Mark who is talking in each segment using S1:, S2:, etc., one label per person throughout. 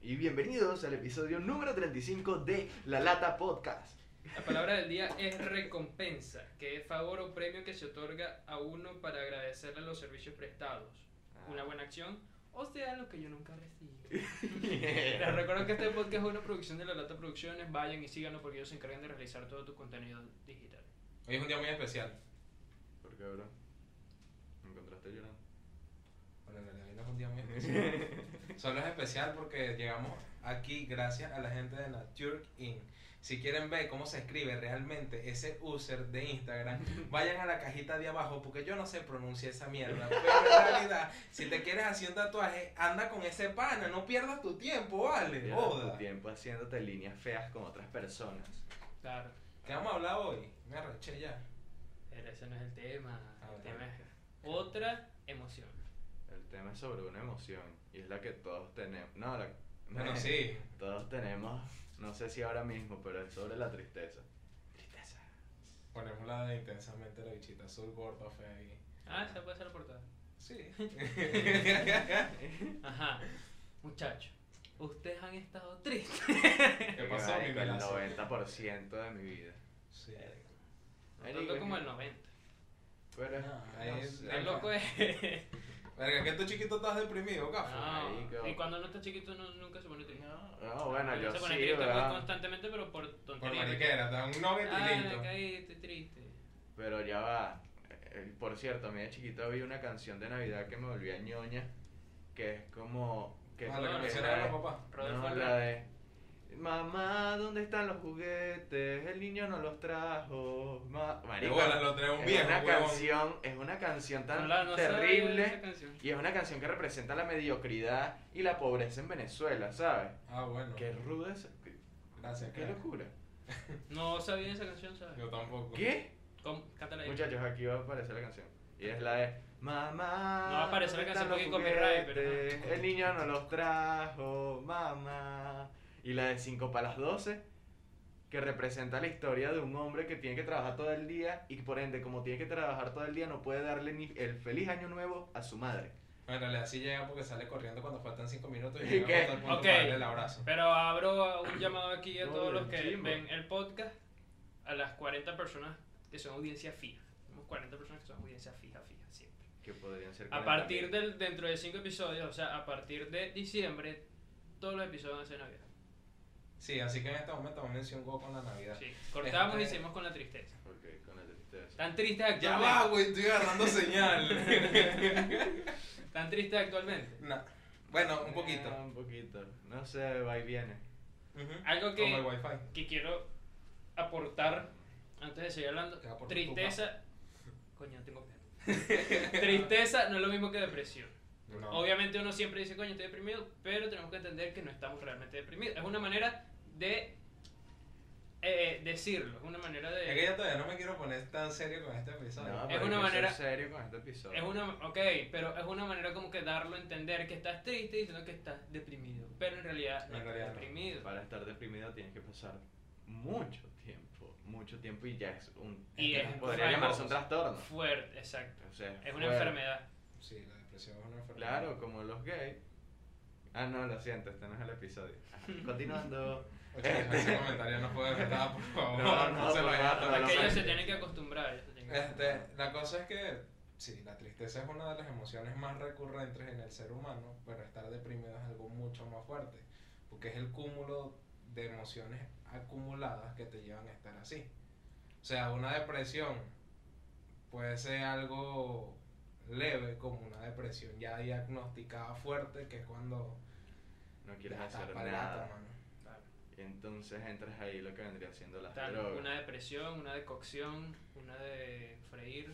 S1: Y bienvenidos al episodio número 35 de La Lata Podcast.
S2: La palabra del día es recompensa, que es favor o premio que se otorga a uno para agradecerle los servicios prestados,
S1: Ah.
S2: una buena acción o sea lo que yo nunca recibí. Les recuerdo que este podcast es una producción de La Lata Producciones, vayan y síganos porque ellos se encargan de realizar todo tu contenido digital.
S3: Hoy es un día muy especial.
S1: ¿Por qué, bro? ¿Me encontraste llorando?
S3: Bueno, en realidad no es un día muy especial. Solo es especial porque llegamos aquí gracias a la gente de la Turk Inc. Si quieren ver cómo se escribe realmente ese user de Instagram, vayan a la cajita de abajo porque yo no sé pronunciar esa mierda. Pero en realidad, si te quieres hacer un tatuaje, anda con ese pana, no pierdas tu tiempo, vale.
S1: Pierdas tu
S3: Joda.
S1: tiempo haciéndote líneas feas con otras personas.
S2: Claro,
S3: ¿Qué vamos a hablar hoy? Me arreché ya.
S2: pero ese no es el tema.
S3: Ah,
S2: El
S3: bueno.
S2: tema es otra emoción.
S1: El tema es sobre una emoción y es la que todos tenemos. No, la...
S3: Bueno, sí.
S1: Todos tenemos, no sé si ahora mismo, pero es sobre la tristeza. Tristeza.
S3: Ponemos la de intensamente la bichita azul gorda fea ahí.
S2: Ah, esa puede ser la portada.
S3: Sí.
S2: Ajá, muchachos, ustedes han estado tristes.
S3: ¿Qué pasó, mi
S1: El
S3: velazo?
S1: 90% de mi vida.
S3: Sí.
S2: No Tanto como el 90.
S1: Pero,
S3: No,
S1: no
S3: Ah, es-
S1: sé.
S2: El loco es...
S3: Verga, que tú chiquito estás deprimido, gafo.
S2: No,
S1: marico.
S2: Ah, y cuando uno está chiquito no, nunca se pone triste.
S1: No,
S3: Ah,
S1: bueno, yo
S2: se
S1: sí,
S2: pone triste muy
S1: ¿verdad? pues,
S2: constantemente, pero por
S3: Por
S2: tontería.
S3: mariquera, te dan un novio
S2: Ah,
S3: y
S2: me
S3: listo.
S2: caí, estoy triste.
S1: Pero ya va. Eh, Por cierto, a mí de chiquito había una canción de Navidad que me volvía ñoña, que es como... Que
S3: Ah, la que
S1: que
S3: mencionaba
S1: era-
S3: a los papás.
S2: Rodolfo
S1: No,
S2: Alberto.
S1: la de... Mamá, ¿dónde están los juguetes? El niño no los trajo. Ma...
S3: Y
S1: Marico,
S3: bueno, lo trae un
S1: es
S3: viejo,
S1: una
S3: huevón.
S1: canción, es una canción tan
S2: No la- no sabía esa
S1: terrible
S2: canción.
S1: y es una canción que representa la mediocridad y la pobreza en Venezuela, ¿sabes?
S3: Ah, bueno.
S1: Qué ruda esa- qué,
S3: Gracias,
S1: qué
S3: cara.
S1: locura.
S2: No sabía esa canción, ¿sabes?
S3: Yo tampoco.
S1: ¿Qué?
S2: ¿Cómo? Cántala ahí.
S1: Muchachos, aquí va a aparecer la canción. Y es la de Mamá.
S2: No va a aparecer la
S1: ¿dónde
S2: canción
S1: están
S2: porque
S1: los
S2: copyright, pero
S1: juguetes? El niño no los trajo, mamá. Y la de 5 para las 12, que representa la historia de un hombre que tiene que trabajar todo el día y por ende, como tiene que trabajar todo el día, no puede darle ni el feliz año nuevo a su madre.
S3: Bueno, en realidad sí llega porque sale corriendo cuando faltan 5 minutos y
S1: ¿Y
S3: llega
S1: qué?
S3: hasta el punto
S2: Ok.
S3: para darle el abrazo.
S2: Pero abro un llamado aquí a
S1: No,
S2: todos los
S1: el
S2: que
S1: chimbo.
S2: ven el podcast, a las 40 personas que son audiencia fija. Tenemos 40 personas que son audiencia fija, fija, siempre.
S1: Que podrían ser.
S2: A partir del, dentro de 5 episodios, o sea, a partir de diciembre, todos los episodios van a ser Navidad.
S3: Sí, así que en este momento me mencionó un juego con la Navidad.
S2: Sí, cortamos y
S3: Este-
S2: hicimos con la tristeza.
S1: Ok, con la tristeza.
S2: Tan triste
S3: Ya
S2: actualmente.
S3: va, güey, estoy agarrando señal.
S2: Tan triste actualmente.
S3: No. Bueno, un poquito.
S1: Ah, un poquito. No sé, va y viene.
S3: Ujú.
S2: Algo que-
S3: Como el wifi.
S2: Que quiero aportar antes de seguir hablando.
S3: Te va por tu
S2: Tristeza. Coño, tengo pena. Tristeza no es lo mismo que depresión.
S3: No.
S2: Obviamente uno siempre dice, coño, estoy deprimido, pero tenemos que entender que no estamos realmente deprimidos. Es una manera de eh, decirlo, es una manera
S3: Es que
S2: de...
S3: yo todavía no me quiero poner tan serio con este episodio.
S1: No,
S2: Es
S1: pero hay
S2: una
S1: que ser
S2: manera-
S1: serio con este episodio.
S2: Es una, ok, pero es una manera como que darlo a entender que estás triste diciendo que estás deprimido, pero en realidad no
S3: En
S2: estás
S3: realidad no.
S2: deprimido.
S1: Para estar deprimido tienes que pasar mucho tiempo, mucho tiempo y ya es un...
S2: Y
S1: es-
S2: es-
S1: podría
S2: algo-
S1: llamarse un trastorno.
S2: Fuerte, exacto.
S1: O sea,
S2: Es una
S1: fuerte.
S2: enfermedad.
S3: Sí, la depresión es una enfermedad.
S1: Claro, como los gays. Ah, no, lo siento, este no es el episodio. Ajá, Continuando.
S3: Oye, ese comentario no puede estar, por favor.
S1: Este. No,
S3: No,
S1: no,
S3: se lo
S1: por
S3: dejes a
S1: nada,
S3: todos
S1: no,
S3: los
S1: no, Eh.
S2: Aquellos
S1: Aquello
S2: se
S3: hombres.
S2: tienen que acostumbrar. ellos se tienen que acostumbrar.
S3: Este, la cosa es que, sí, la tristeza es una de las emociones más recurrentes en el ser humano, pero estar deprimido es algo mucho más fuerte, porque es el cúmulo de emociones acumuladas que te llevan a estar así. O sea, una depresión puede ser algo leve, como una depresión ya diagnosticada fuerte, que es cuando
S1: No quieres
S3: ya estás
S1: hacer
S3: pa'l gato,
S1: nada.
S3: mano.
S2: Claro.
S1: Y entonces entras ahí lo que vendría siendo las
S2: Están
S1: drogas.
S2: una depresión, una de cocción, una de freír.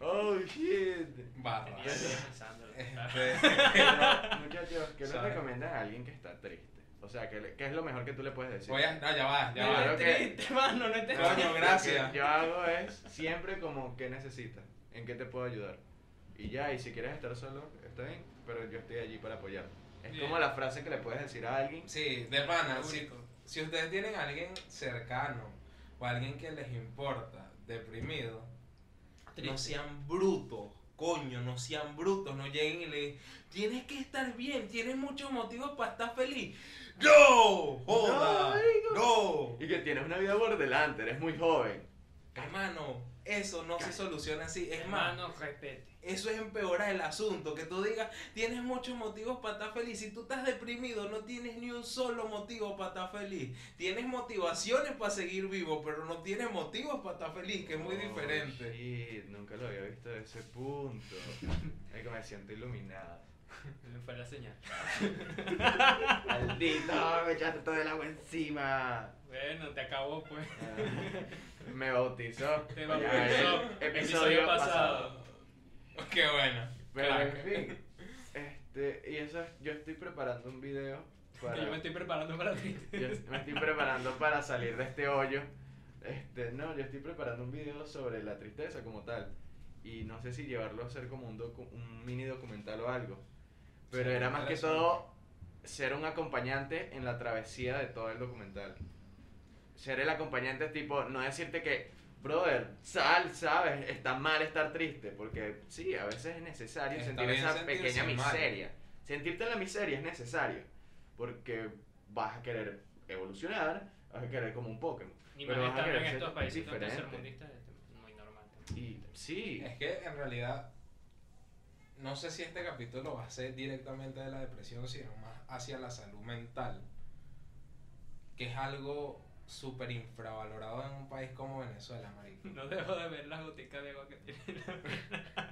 S1: Oh, shit.
S3: Barra.
S2: Tenía que ir pensándolo.
S1: Eh,
S2: Ah. Claro.
S3: Este,
S1: Pero, muchachos, ¿qué le
S3: ¿Sabes?
S1: recomiendas a alguien que está triste? O sea, ¿qué, le- qué es lo mejor que tú le puedes decir?
S3: voy a, no, ya va, ya
S1: No,
S3: va.
S1: yo creo que-
S2: Triste, mano, no te-
S3: Coño,
S1: Lo que
S3: gracias.
S1: yo hago es siempre como qué necesitas, en qué te puedo ayudar. Y ya, y si quieres estar solo, está bien, pero yo estoy allí para apoyar. Es
S2: Bien.
S1: como la frase que le puedes decir a alguien.
S3: Sí, de pana. Si,
S2: Único.
S3: si ustedes tienen a alguien cercano o a alguien que les importa, deprimido, no
S2: Triste.
S3: sean brutos. Coño, no sean brutos, no lleguen y le digan, tienes que estar bien, tienes muchos motivos para estar feliz. ¡No! ¡Joda! ¡No!
S1: Y que tienes una vida por delante, eres muy joven.
S3: Hermano, eso no se soluciona así. Es más,
S2: Hermano, respete.
S3: eso es empeorar el asunto. Que tú digas, tienes muchos motivos para estar feliz. Si tú estás deprimido, no tienes ni un solo motivo para estar feliz. Tienes motivaciones para seguir vivo, pero no tienes motivos para estar feliz, que es muy
S1: Oh,
S3: diferente.
S1: shit, nunca lo había visto de ese punto. Es que me siento iluminado.
S2: Me fue la señal.
S1: Maldito, me echaste todo el agua encima.
S2: Bueno, te acabó pues.
S1: Me bautizó.
S2: Te
S1: Ya,
S2: bautizó.
S1: el episodio pasado.
S3: Qué bueno.
S1: Pero
S3: Claro.
S1: en fin. Este, y eso es- yo estoy preparando un video para.
S2: Yo me estoy preparando para ti.
S1: yo me estoy preparando para salir de este hoyo. Este, no, yo estoy preparando un video sobre la tristeza como tal. Y no sé si llevarlo a ser como un, docu- un mini documental o algo. Pero
S3: Sí,
S1: era más que
S3: interesante.
S1: todo ser un acompañante en la travesía de todo el documental. Ser el acompañante tipo, no decirte que, brother, sal, sabes, está mal estar triste. Porque sí, a veces es necesario
S3: Está
S1: sentir
S3: bien
S1: esa
S3: sentirse
S1: pequeña
S3: mal.
S1: miseria. Sentirte en la miseria es necesario. Porque vas a querer evolucionar, vas a querer como un Pokémon.
S2: Ni más
S1: Pero vas a
S2: estando en
S1: querer ser
S2: estos países tan
S1: diferente.
S2: tercermundistas, es muy normal.
S1: Y sí,
S3: Es que en realidad, no sé si este capítulo va a ser directamente de la depresión, sino más hacia la salud mental, que es algo súper infravalorado en un país como Venezuela, marico.
S2: No dejo de ver las goticas de agua que tiene la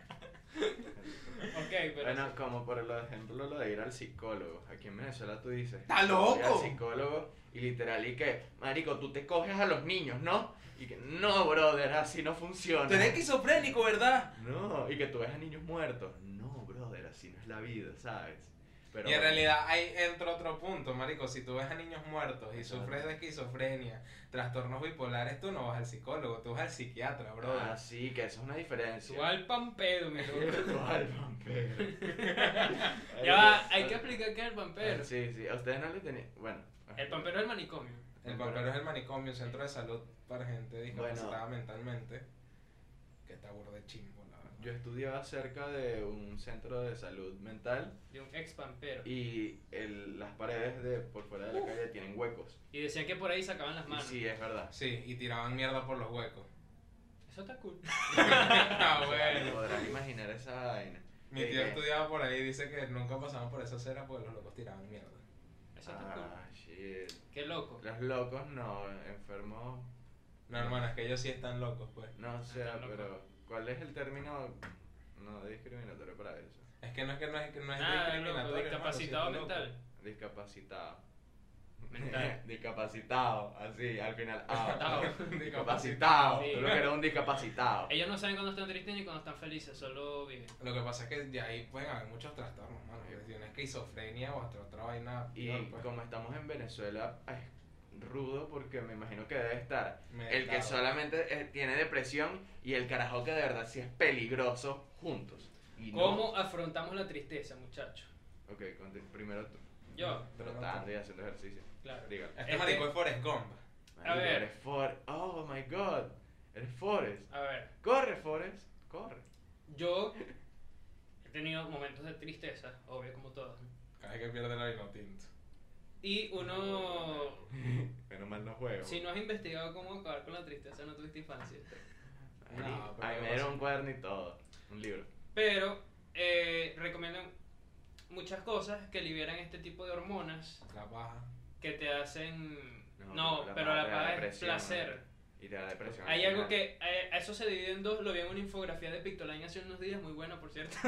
S2: Ok, pero.
S1: bueno, como por el ejemplo lo de ir al psicólogo. Aquí en Venezuela tú dices,
S3: ¡Está
S1: voy al
S3: loco!
S1: psicólogo y literal y que, marico, tú te coges a los niños, ¿no? Y que, no, brother, así no funciona.
S3: Tú eres esquizofrénico, ¿verdad?
S1: No, y que tú ves a niños muertos. No, brother, así no es la vida, ¿sabes? Pero
S3: y en
S1: bueno,
S3: realidad ahí entra otro punto, marico. Si tú ves a niños muertos y
S1: Exacto.
S3: sufres de esquizofrenia, trastornos bipolares, tú no vas al psicólogo, tú vas al psiquiatra, bro.
S1: ah, sí, que eso es una diferencia.
S2: Su al pampedo, mi loco.
S1: Tu alma, pero-
S2: Ya va, hay que explicar qué es el pampero.
S1: Sí, sí, a ustedes no le tenían. Bueno.
S2: El pampero es el manicomio.
S3: El papel es el manicomio, un centro de salud para gente discapacitada mentalmente. Que está burda de chimbo, la verdad.
S1: Yo estudiaba cerca de un centro de salud mental
S2: De un ex pampero.
S1: y el- las paredes de por fuera de la calle tienen huecos.
S2: Y decían que por ahí sacaban las
S1: Y
S2: manos.
S1: sí, es verdad.
S3: Sí, y tiraban mierda por los huecos.
S2: Eso está cool.
S3: ah,
S1: Te
S3: bueno.
S1: Podrás imaginar esa vaina.
S3: Mi tío estudiaba por ahí y dice que nunca pasaban por esa acera porque los locos tiraban mierda.
S2: Eso está cool.
S1: Ah, shit.
S2: Qué loco.
S1: Los locos no, enfermos.
S3: No, hermano, es que ellos sí están locos, pues.
S1: No o sea,
S2: Ah, Están locos.
S1: pero. ¿Cuál es el término no discriminatorio para eso?
S3: Es que no es que no es, que no es
S2: Nada, loco.
S3: discriminatorio, hermano,
S2: Discapacitado
S3: sí está loco.
S2: mental.
S1: Discapacitado.
S2: Mental.
S1: discapacitado, así, al final. ah.
S3: Discapacitado.
S1: discapacitado.
S2: Sí.
S1: Tú lo que eres un discapacitado.
S2: Ellos no saben cuando están tristes ni cuando están felices, solo viven.
S3: Lo que pasa es que de ahí pueden haber muchos trastornos, mano. Desde una esquizofrenia o hasta otra vaina.
S1: Y
S3: peor, pues.
S1: como estamos en Venezuela, es rudo porque me imagino que debe estar el que
S3: Medicado.
S1: solamente eh, tiene depresión y el carajo que de verdad sí es peligroso juntos. Y no-
S2: ¿Cómo afrontamos la tristeza, muchachos?
S1: Ok, conti- primero tú.
S2: Yo,
S1: Trotando y haciendo ejercicio.
S2: claro.
S1: Dígalo.
S3: Este
S2: Este-
S3: marico es Forrest Gump.
S1: Marico,
S2: ver.
S1: Eres Forrest. Oh my god. Eres Forrest.
S2: A ver,
S1: Corre, Forrest. Corre.
S2: yo he tenido momentos de tristeza, obvio, como todos. ¿no?
S3: Cada vez que pierde la vino tinto.
S2: Y uno,
S1: Menos mal no juego.
S2: si no has investigado cómo acabar con la tristeza, no tuviste infancia.
S1: Marico,
S3: No, pero
S1: Ay,
S3: lo
S1: me
S3: que
S1: dieron
S3: pasa-
S1: un cuaderno y todo. Un libro.
S2: Pero eh, recomiendan muchas cosas que liberan este tipo de hormonas
S3: La paja.
S2: que te hacen...
S1: No,
S2: No,
S1: la
S2: pero
S1: paja
S2: la
S1: te da
S2: paja es
S1: depresión.
S2: placer.
S1: Y te da depresión. al
S2: Hay algo
S1: final.
S2: que... eh, a eso se divide en dos, lo vi en una infografía de Pictoline hace unos días, muy buena, por cierto.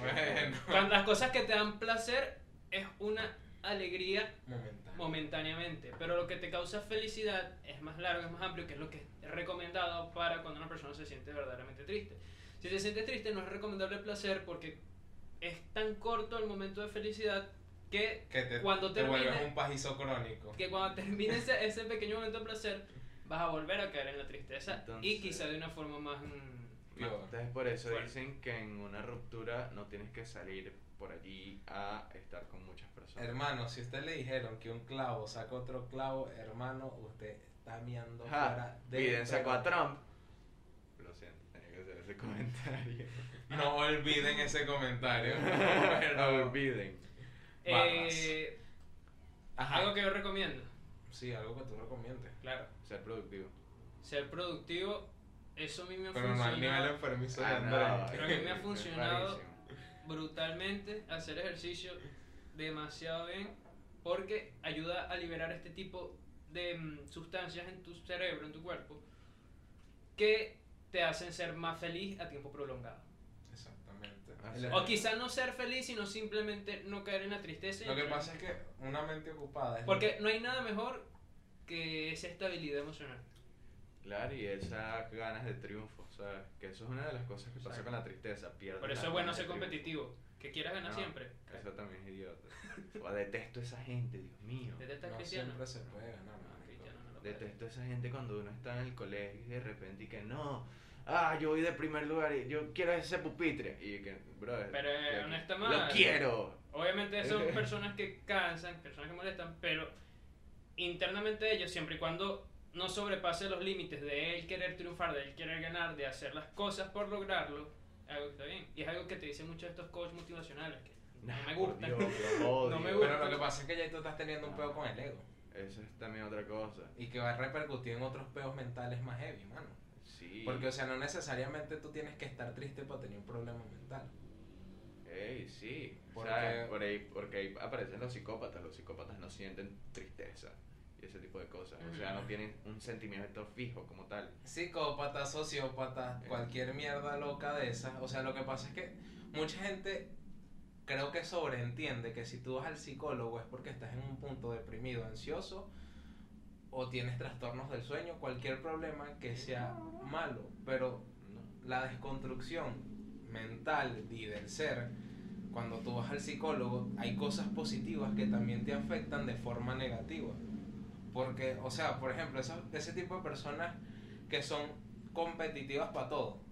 S3: Bueno.
S2: Cuando las cosas que te dan placer es una alegría
S3: Momentáneo.
S2: momentáneamente, pero lo que te causa felicidad es más largo, es más amplio, que es lo que es recomendado para cuando una persona se siente verdaderamente triste. Si te sientes triste no es recomendable el placer porque es tan corto el momento de felicidad que,
S3: que te,
S2: Cuando
S3: te vuelves
S2: termine-
S3: un pajizo crónico.
S2: que cuando termine ese, ese pequeño momento de placer vas a volver a caer en la tristeza y
S1: Entonces-
S2: quizá de una forma más... mm,
S3: Peor.
S1: Entonces por eso
S2: Fuerte.
S1: dicen que en una ruptura no tienes que salir por allí a estar con muchas personas.
S3: Hermano, si usted le dijeron que un clavo saca otro clavo, hermano, usted está miando
S1: Ja,
S3: fuera de.
S1: Biden sacó Ah, a
S3: pero-
S1: Trump. Lo siento, tenía que hacer ese comentario.
S3: No olviden ese comentario.
S1: No
S3: pero-
S1: Biden.
S2: Eh,
S3: Ajá.
S2: algo que yo recomiendo,
S3: Sí, algo que tú recomiendes.
S2: claro,
S1: Ser productivo.
S2: ser productivo, eso a mí me ha
S3: Pero no al nivel
S2: funcionado
S3: enfermizo de
S1: Ah, no,
S3: Andrés.
S2: Pero a mí me ha
S1: es
S2: funcionado.
S1: rarísimo.
S2: brutalmente, hacer ejercicio demasiado bien, porque ayuda a liberar este tipo de mm, sustancias en tu cerebro, en tu cuerpo, que te hacen ser más feliz a tiempo prolongado.
S3: Exactamente.
S1: Ah,
S3: El-
S1: sí.
S2: O quizá no ser feliz, sino simplemente no caer en la tristeza. y
S3: Lo que
S2: entrar-
S3: pasa es que una mente ocupada es.
S2: Porque no hay nada mejor que esa estabilidad emocional.
S1: Claro, y esas ganas de triunfo, ¿sabes? Que eso es una de las cosas que pasa
S2: Exacto.
S1: con la tristeza. pierdes
S2: Por
S1: las
S2: eso es bueno
S1: ganas de
S2: ser
S1: triunfo.
S2: competitivo, que quieras ganar
S1: No,
S2: siempre.
S1: Eso también es idiota. O detesto esa gente, Dios mío.
S2: ¿Detestas
S3: no
S2: cristiano?
S3: siempre se puede ganar.
S2: No,
S3: marico.
S2: cristiano no lo puede.
S1: Detesto esa gente cuando uno está en el colegio y de repente y que no. Ah, yo voy de primer lugar y yo quiero ese pupitre. Y que, brother.
S2: Pero, eh,
S1: yo-
S2: no está
S1: ¡Lo
S2: mal.
S1: quiero!
S2: Obviamente son personas que cansan, personas que molestan, pero internamente ellos, siempre y cuando no sobrepase los límites de él querer triunfar, de él querer ganar, de hacer las cosas por lograrlo, es algo que está bien. Y es algo que te dicen muchos de estos coaches motivacionales, que no
S1: Nah,
S2: me
S1: por
S2: gusta.
S1: Dios, lo odio.
S2: No me gusta. Ah.
S3: Pero lo que pasa es que ya tú estás teniendo un peo con el ego.
S1: Eso es también otra cosa.
S3: Y que va a repercutir en otros peos mentales más heavy, mano.
S1: Sí.
S3: Porque, o sea, no necesariamente tú tienes que estar triste para tener un problema mental.
S1: Ey, sí. O
S3: Porque-
S1: sea, por ahí, porque ahí aparecen los psicópatas. Los psicópatas no sienten tristeza y ese tipo de cosas. O sea, no
S2: Ujú.
S1: tienen un sentimiento fijo como tal.
S3: Psicópata, sociópata, cualquier mierda loca de esas. O sea, lo que pasa es que mucha gente creo que sobreentiende que si tú vas al psicólogo es porque estás en un punto deprimido, ansioso o tienes trastornos del sueño, cualquier problema que sea malo. Pero
S1: No.
S3: la desconstrucción mental y del ser, cuando tú vas al psicólogo, hay cosas positivas que también te afectan de forma negativa. Porque, o sea, por ejemplo, esos- ese tipo de personas que son competitivas para todo.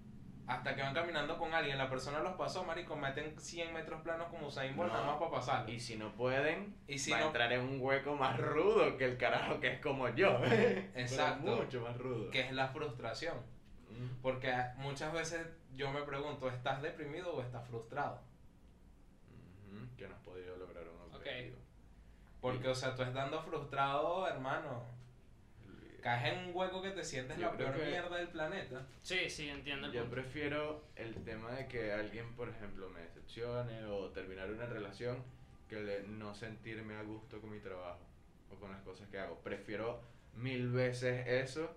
S3: Hasta que van caminando con alguien, la persona los pasó, marico, meten 100 metros planos como Usain Bolt
S1: No.
S3: nada más para pasar.
S1: Y
S3: Y,
S1: si no pueden,
S3: si
S1: va a
S3: no,
S1: entrar en un hueco más rudo que el carajo que es como yo.
S3: Exacto.
S1: Pero mucho más rudo.
S3: que es la frustración.
S1: Mm.
S3: Porque muchas veces yo me pregunto, ¿estás deprimido o estás frustrado?
S1: Ujú, Que no has podido lograr un
S2: Ok.
S1: objetivo.
S3: Porque, o sea, tú estando frustrado, hermano, caes en un hueco que te sientes
S1: Yo
S3: la
S1: creo
S3: peor
S1: que-
S3: mierda del planeta.
S2: Sí, sí, entiendo el
S1: Yo
S2: punto.
S1: prefiero el tema de que alguien, por ejemplo, me decepcione o terminar una relación que le- no sentirme a gusto con mi trabajo o con las cosas que hago. Prefiero mil veces eso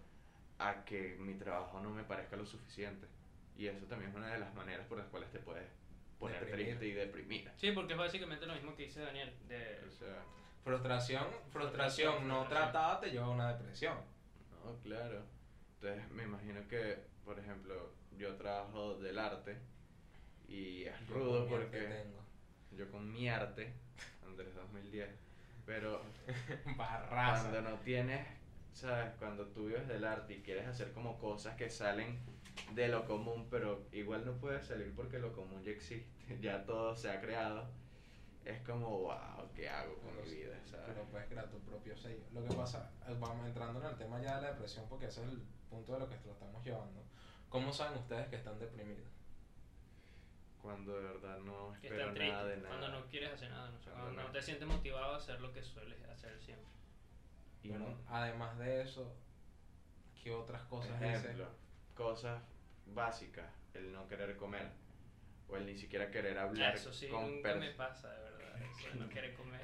S1: a que mi trabajo no me parezca lo suficiente. Y eso también es una de las maneras por las cuales te puedes poner
S3: Deprimir.
S1: triste y deprimir.
S2: Sí, porque es básicamente lo mismo que dice Daniel. De...
S1: O sea,
S3: Frustración, frustración no
S2: Frustración.
S3: tratada te lleva a una depresión.
S1: no, claro. Entonces me imagino que, por ejemplo, yo trabajo del arte y es rudo
S3: Mierda que
S1: porque... Yo con mi arte, Andrés 2010. Pero
S3: tengo. Barraza.
S1: cuando no tienes, ¿sabes? Cuando tú vives del arte y quieres hacer como cosas que salen de lo común, pero igual no puedes salir porque lo común ya existe, ya todo se ha creado. Es como, wow, ¿qué hago con mi vida? ¿sabes?
S3: Pero puedes crear tu propio sello. Lo que pasa, eh, vamos entrando en el tema ya de la depresión porque ese es el punto de lo que lo estamos llevando. ¿Cómo saben ustedes que están deprimidos?
S1: Cuando de verdad no
S2: Que
S1: espero
S2: estás
S1: nada de
S2: triste,
S1: nada.
S2: cuando no quieres hacer nada, no, sé,
S1: Cuando
S2: cuando
S1: no.
S2: no te sientes motivado a hacer lo que sueles hacer siempre.
S1: Y
S3: Pero
S1: no-
S3: además de eso, ¿qué otras cosas
S1: Ejemplo,
S3: dicen?
S1: cosas básicas, el no querer comer o el ni siquiera querer hablar
S2: Eso sí,
S1: con
S2: nunca me
S1: personas.
S2: pasa, de verdad. Eso de no quiere comer.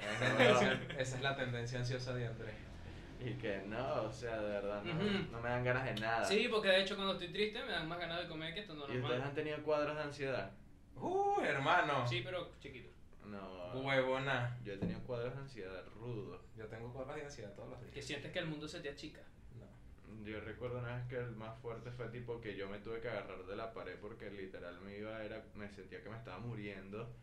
S3: Esa es la tendencia ansiosa de Andrés.
S1: Y que no, o sea, de verdad, no,
S2: Ujú.
S1: no me dan ganas de nada.
S2: Sí, porque de hecho cuando estoy triste me dan más ganas de comer que estando
S1: ¿Y ustedes han
S2: normal.
S1: tenido cuadros de ansiedad?
S3: ¡Uh, hermano!
S2: Sí, pero chiquito.
S1: No.
S3: Huevona.
S1: Yo he tenido cuadros de ansiedad rudos.
S3: Yo tengo cuadros de ansiedad todos los días.
S2: Que sientes que el mundo se te achica.
S3: No.
S1: Yo recuerdo una vez que el más fuerte fue tipo que yo me tuve que agarrar de la pared porque literal me iba, era, me sentía que me estaba muriendo,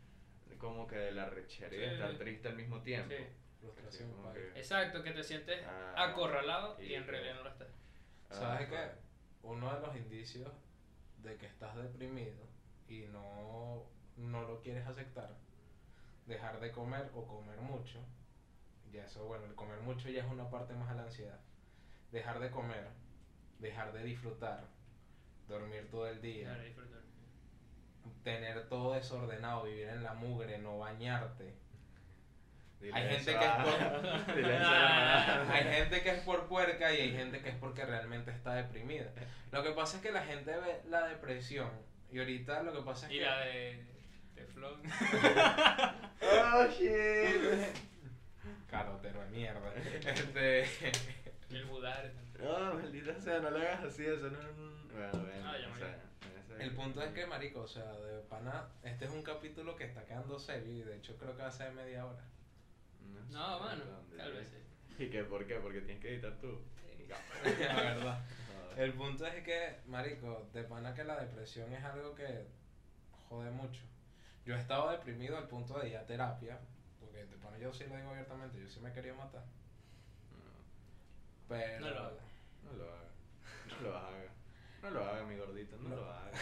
S1: como que de la rechera y de
S2: Sí.
S1: estar triste al mismo
S2: Sí.
S1: tiempo.
S3: Frustración,
S1: Así como
S3: padre.
S1: que-
S2: Exacto, que te sientes
S1: Ah,
S2: acorralado y
S1: sí,
S2: en realidad
S1: sí.
S2: no lo estás.
S1: Ah,
S3: ¿Sabes
S1: pues,
S3: qué? Uno de los indicios de que estás deprimido y no, no lo quieres aceptar dejar de comer o comer mucho. Ya eso, bueno, el comer mucho ya es una parte más a la ansiedad. Dejar de comer, dejar de disfrutar, dormir todo el día,
S2: Claro, disfrutar.
S3: tener todo desordenado, vivir en la mugre, no bañarte.
S1: Dile
S3: Hay gente
S1: eso
S3: que
S1: a-
S3: es
S1: Dile eso a-
S3: Hay gente que es por puerca y hay gente que es porque realmente está deprimida. Lo que pasa es que la gente ve la depresión y ahorita lo que pasa es
S2: Y
S3: que...
S2: la de Teflón.
S1: Oh, shit.
S3: Carotero de mierda. Este...
S2: Y el Budar.
S1: No, maldita sea, no le hagas así, eso no es un... Bueno, bueno,
S2: Ah, ya
S1: o
S2: me
S1: sea, ese-
S3: El punto es que, marico, o sea, de pana, este es un capítulo que está quedando serio y de hecho creo que va a ser de media hora.
S1: No,
S2: No,
S1: sé
S2: mano.
S1: dónde
S2: Tal
S1: llegué.
S2: vez sí.
S1: ¿Y qué? ¿Por qué? Porque tienes que editar tú.
S3: La verdad.
S1: Joder.
S3: El punto es que, marico, de pana que la depresión es algo que jode mucho. Yo he estado deprimido al punto de ir a terapia, porque de pana yo sí lo digo abiertamente, yo sí me quería matar. Pero...
S2: No lo hagas.
S1: No, no lo hagas. No lo hagas. No lo hagas, mi gordito. No,
S3: No.
S1: lo hagas.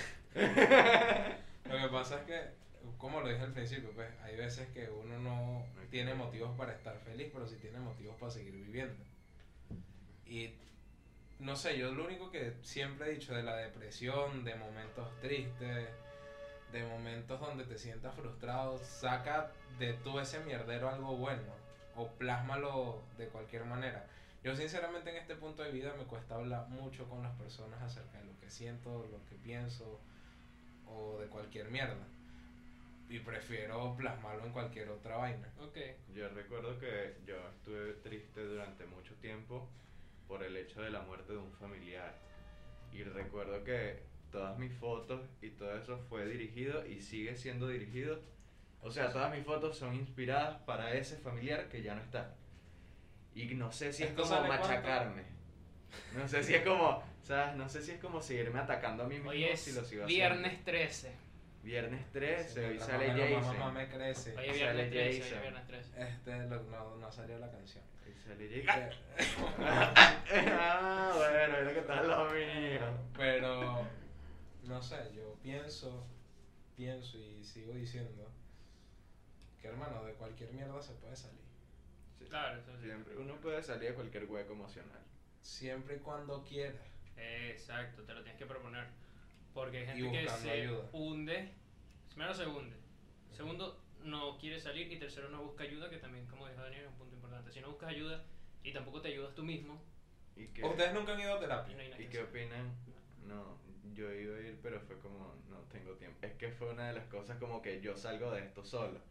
S3: Lo que pasa es que, como lo dije al principio, pues hay veces que uno no tiene motivos para estar feliz, pero sí tiene motivos para seguir viviendo. Y no sé, yo lo único que siempre he dicho de la depresión, de momentos tristes, de momentos donde te sientas frustrado, saca de tú ese mierdero algo bueno o plásmalo de cualquier manera. Yo sinceramente en este punto de vida me cuesta hablar mucho con las personas acerca de lo que siento, lo que pienso o de cualquier mierda. Y prefiero plasmarlo en cualquier otra vaina.
S2: Ok.
S1: Yo recuerdo que yo estuve triste durante mucho tiempo por el hecho de la muerte de un familiar. Y recuerdo que todas mis fotos y todo eso fue dirigido y sigue siendo dirigido. O sea, todas mis fotos son inspiradas para ese familiar que ya no está. Y no sé si es
S3: ¿Esto
S1: como
S3: sale cuánto?
S1: machacarme. No sé si es como, ¿sabes? No sé si es como seguirme atacando a mí mismo
S2: Hoy
S1: si lo
S2: es
S1: sigo haciendo.
S2: viernes 13.
S1: Viernes 13, hoy
S3: Mientras
S1: sale
S3: más me- más-
S1: Jason.
S3: más me crece.
S2: Hoy es
S1: Sale
S2: viernes 13. Hoy
S1: Jason.
S2: es viernes 13.
S3: Este, lo- no, no salió la canción.
S1: Hoy sale
S3: ¡Ah!
S1: Jason.
S3: Pero-
S1: ah, bueno, mira que tal lo mío.
S3: Pero, no sé, yo pienso, pienso y sigo diciendo que, hermano, de cualquier mierda se puede salir.
S1: Sí.
S2: Claro, eso sí.
S1: Siempre. Uno puede salir de cualquier hueco emocional.
S3: Siempre y cuando quiera.
S2: Exacto, te lo tienes que proponer. Porque hay
S3: Y
S2: gente que
S3: buscando
S2: se
S3: ayuda.
S2: hunde. Primero se hunde. Segundo, no quiere salir. Y tercero, no busca ayuda, que también, como dijo Daniel, es un punto importante. Si no buscas ayuda y tampoco te ayudas tú mismo,
S1: ¿Y qué,
S3: ¿Ustedes nunca han ido a
S2: no hay
S3: terapia?
S2: nada
S1: ¿Y
S2: que
S1: qué
S2: hacer.
S1: opinan? No, yo iba a ir, pero fue como, no tengo tiempo. Es que fue una de las cosas como que yo salgo de esto solo.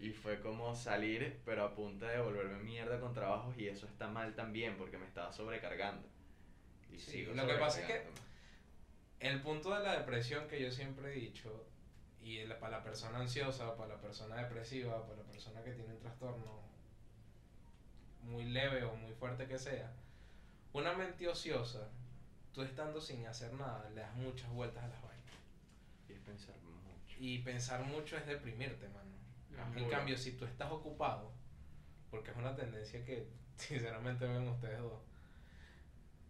S1: Y fue como salir, pero a punta de volverme mierda con trabajos. Y eso está mal también, porque me estaba sobrecargando. Y
S3: Sí,
S1: sigo
S3: lo que pasa es que-
S1: sobrecargándome.
S3: El punto de la depresión que yo siempre he dicho, y el- para la persona ansiosa, para la persona depresiva, para la persona que tiene un trastorno muy leve o muy fuerte que sea, una mente ociosa, tú estando sin hacer nada, le das muchas vueltas a las vainas.
S1: Y es pensar mucho.
S3: Y pensar mucho es deprimirte, mano.
S2: Ajá.
S3: En cambio, si tú estás ocupado, porque es una tendencia que sinceramente ven ustedes dos,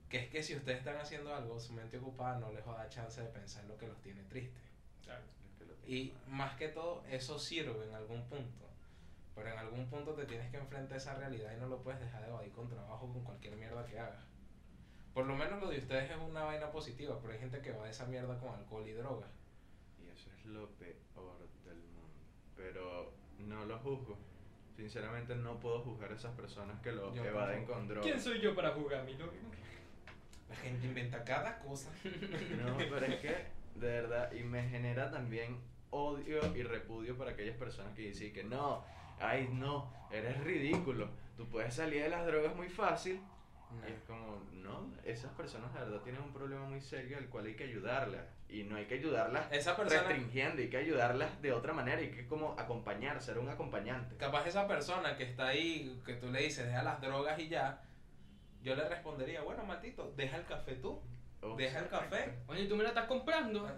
S3: que es que si ustedes están haciendo algo, su mente ocupada no les va a dar chance de pensar lo que los tiene tristes.
S2: Claro.
S1: Es que lo tengo
S3: Y
S1: mal.
S3: más que todo, eso sirve en algún punto. Pero en algún punto te tienes que enfrentar a esa realidad y no lo puedes dejar de evadir con trabajo, con cualquier mierda que hagas. Por lo menos lo de ustedes es una vaina positiva, pero hay gente que va de esa mierda con alcohol y drogas.
S1: Y eso es lo peor del mundo. Pero no lo juzgo. Sinceramente no puedo juzgar a esas personas que lo
S3: Yo
S1: evaden
S3: tampoco.
S1: con
S2: ¿Quién
S1: drogas.
S2: soy yo para jugar, mi loco?
S3: La gente inventa cada cosa.
S1: No, pero es que, de verdad, y me genera también odio y repudio para aquellas personas que dicen que no, ay no, eres ridículo. Tú puedes salir de las drogas muy fácil. Y
S3: Eh,
S1: es como, no, esas personas de verdad tienen un problema muy serio al cual hay que ayudarlas. Y no hay que ayudarlas
S3: Esa persona,
S1: restringiendo, hay que ayudarlas de otra manera, hay que como acompañar, ser un acompañante.
S3: capaz esa persona que está ahí, que tú le dices, deja las drogas y ya, yo le respondería, bueno, Matito, deja el café tú,
S1: Oh,
S3: deja el café.
S2: Oye, ¿tú me la estás comprando?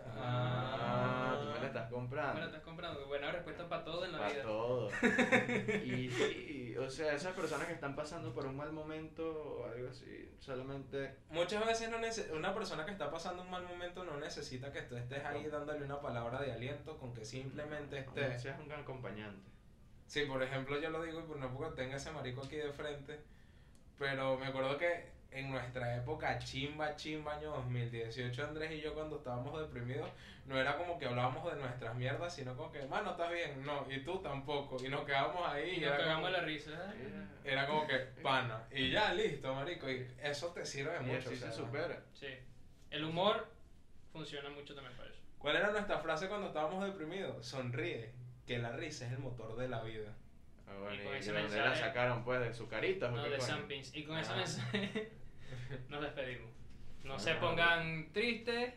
S1: Ah, tú me la estás
S2: ¿Tú me la
S1: comprando.
S2: estás comprando? Buena respuesta para todo en la
S1: Para
S2: vida.
S1: todo. Y sí, o sea, esas personas que están pasando por un mal momento o algo así, solamente
S3: Muchas veces no nece- una persona que está pasando un mal momento no necesita que tú estés ahí dándole una palabra de aliento, con que simplemente este
S1: aunque
S3: estés.
S1: seas un acompañante.
S3: Sí, por ejemplo, yo lo digo y por no porque tenga ese marico aquí de frente, pero me acuerdo que en nuestra época, chimba, chimba, año 2018, Andrés y yo cuando estábamos deprimidos, no era como que hablábamos de nuestras mierdas, sino como que, mano, estás bien, no, y tú tampoco, y nos quedamos ahí.
S2: Y nos
S3: era
S2: cagamos
S3: como-
S2: la risa.
S3: Era como que, pana, y ya, listo, marico, y eso te sirve de
S1: Y
S3: mucho.
S1: así
S3: o sea,
S1: se supera.
S2: Sí. El humor funciona mucho también para eso.
S3: ¿Cuál era nuestra frase cuando estábamos deprimidos? Sonríe, que la risa es el motor de la vida.
S1: Ah, bueno,
S2: Y
S1: y,
S2: con ese
S1: de dónde la
S2: mensaje-
S1: sacaron, pues, de su carita. ¿o
S2: No,
S1: qué
S2: de
S1: coño?
S2: Sam Pins. Y con ese
S1: Ah.
S2: mensaje nos despedimos. No se
S1: Ah.
S2: pongan tristes.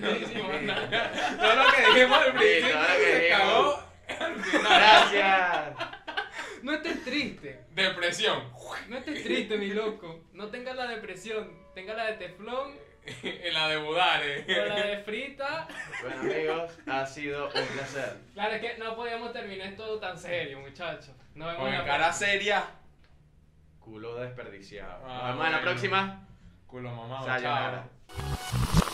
S2: No hicimos nada.
S3: Todo lo que dijimos al
S1: Sí,
S3: principio
S1: todo lo que
S3: se
S1: dijimos.
S3: acabó.
S1: Gracias.
S2: No estés triste.
S3: Depresión.
S2: No estés triste, mi loco. No tengas la depresión. Tenga la de teflón
S3: en la de Budare.
S2: o la de frita.
S1: Bueno, amigos, ha sido un placer.
S2: Claro, es que no podíamos terminar esto tan serio, muchachos. Nos vemos
S3: Con
S2: en la
S3: cara seria.
S1: Culo desperdiciado.
S3: Ah,
S1: Nos vemos en la
S3: bueno.
S1: próxima.
S3: Culo mamado.
S1: Sayonara.
S3: Chao.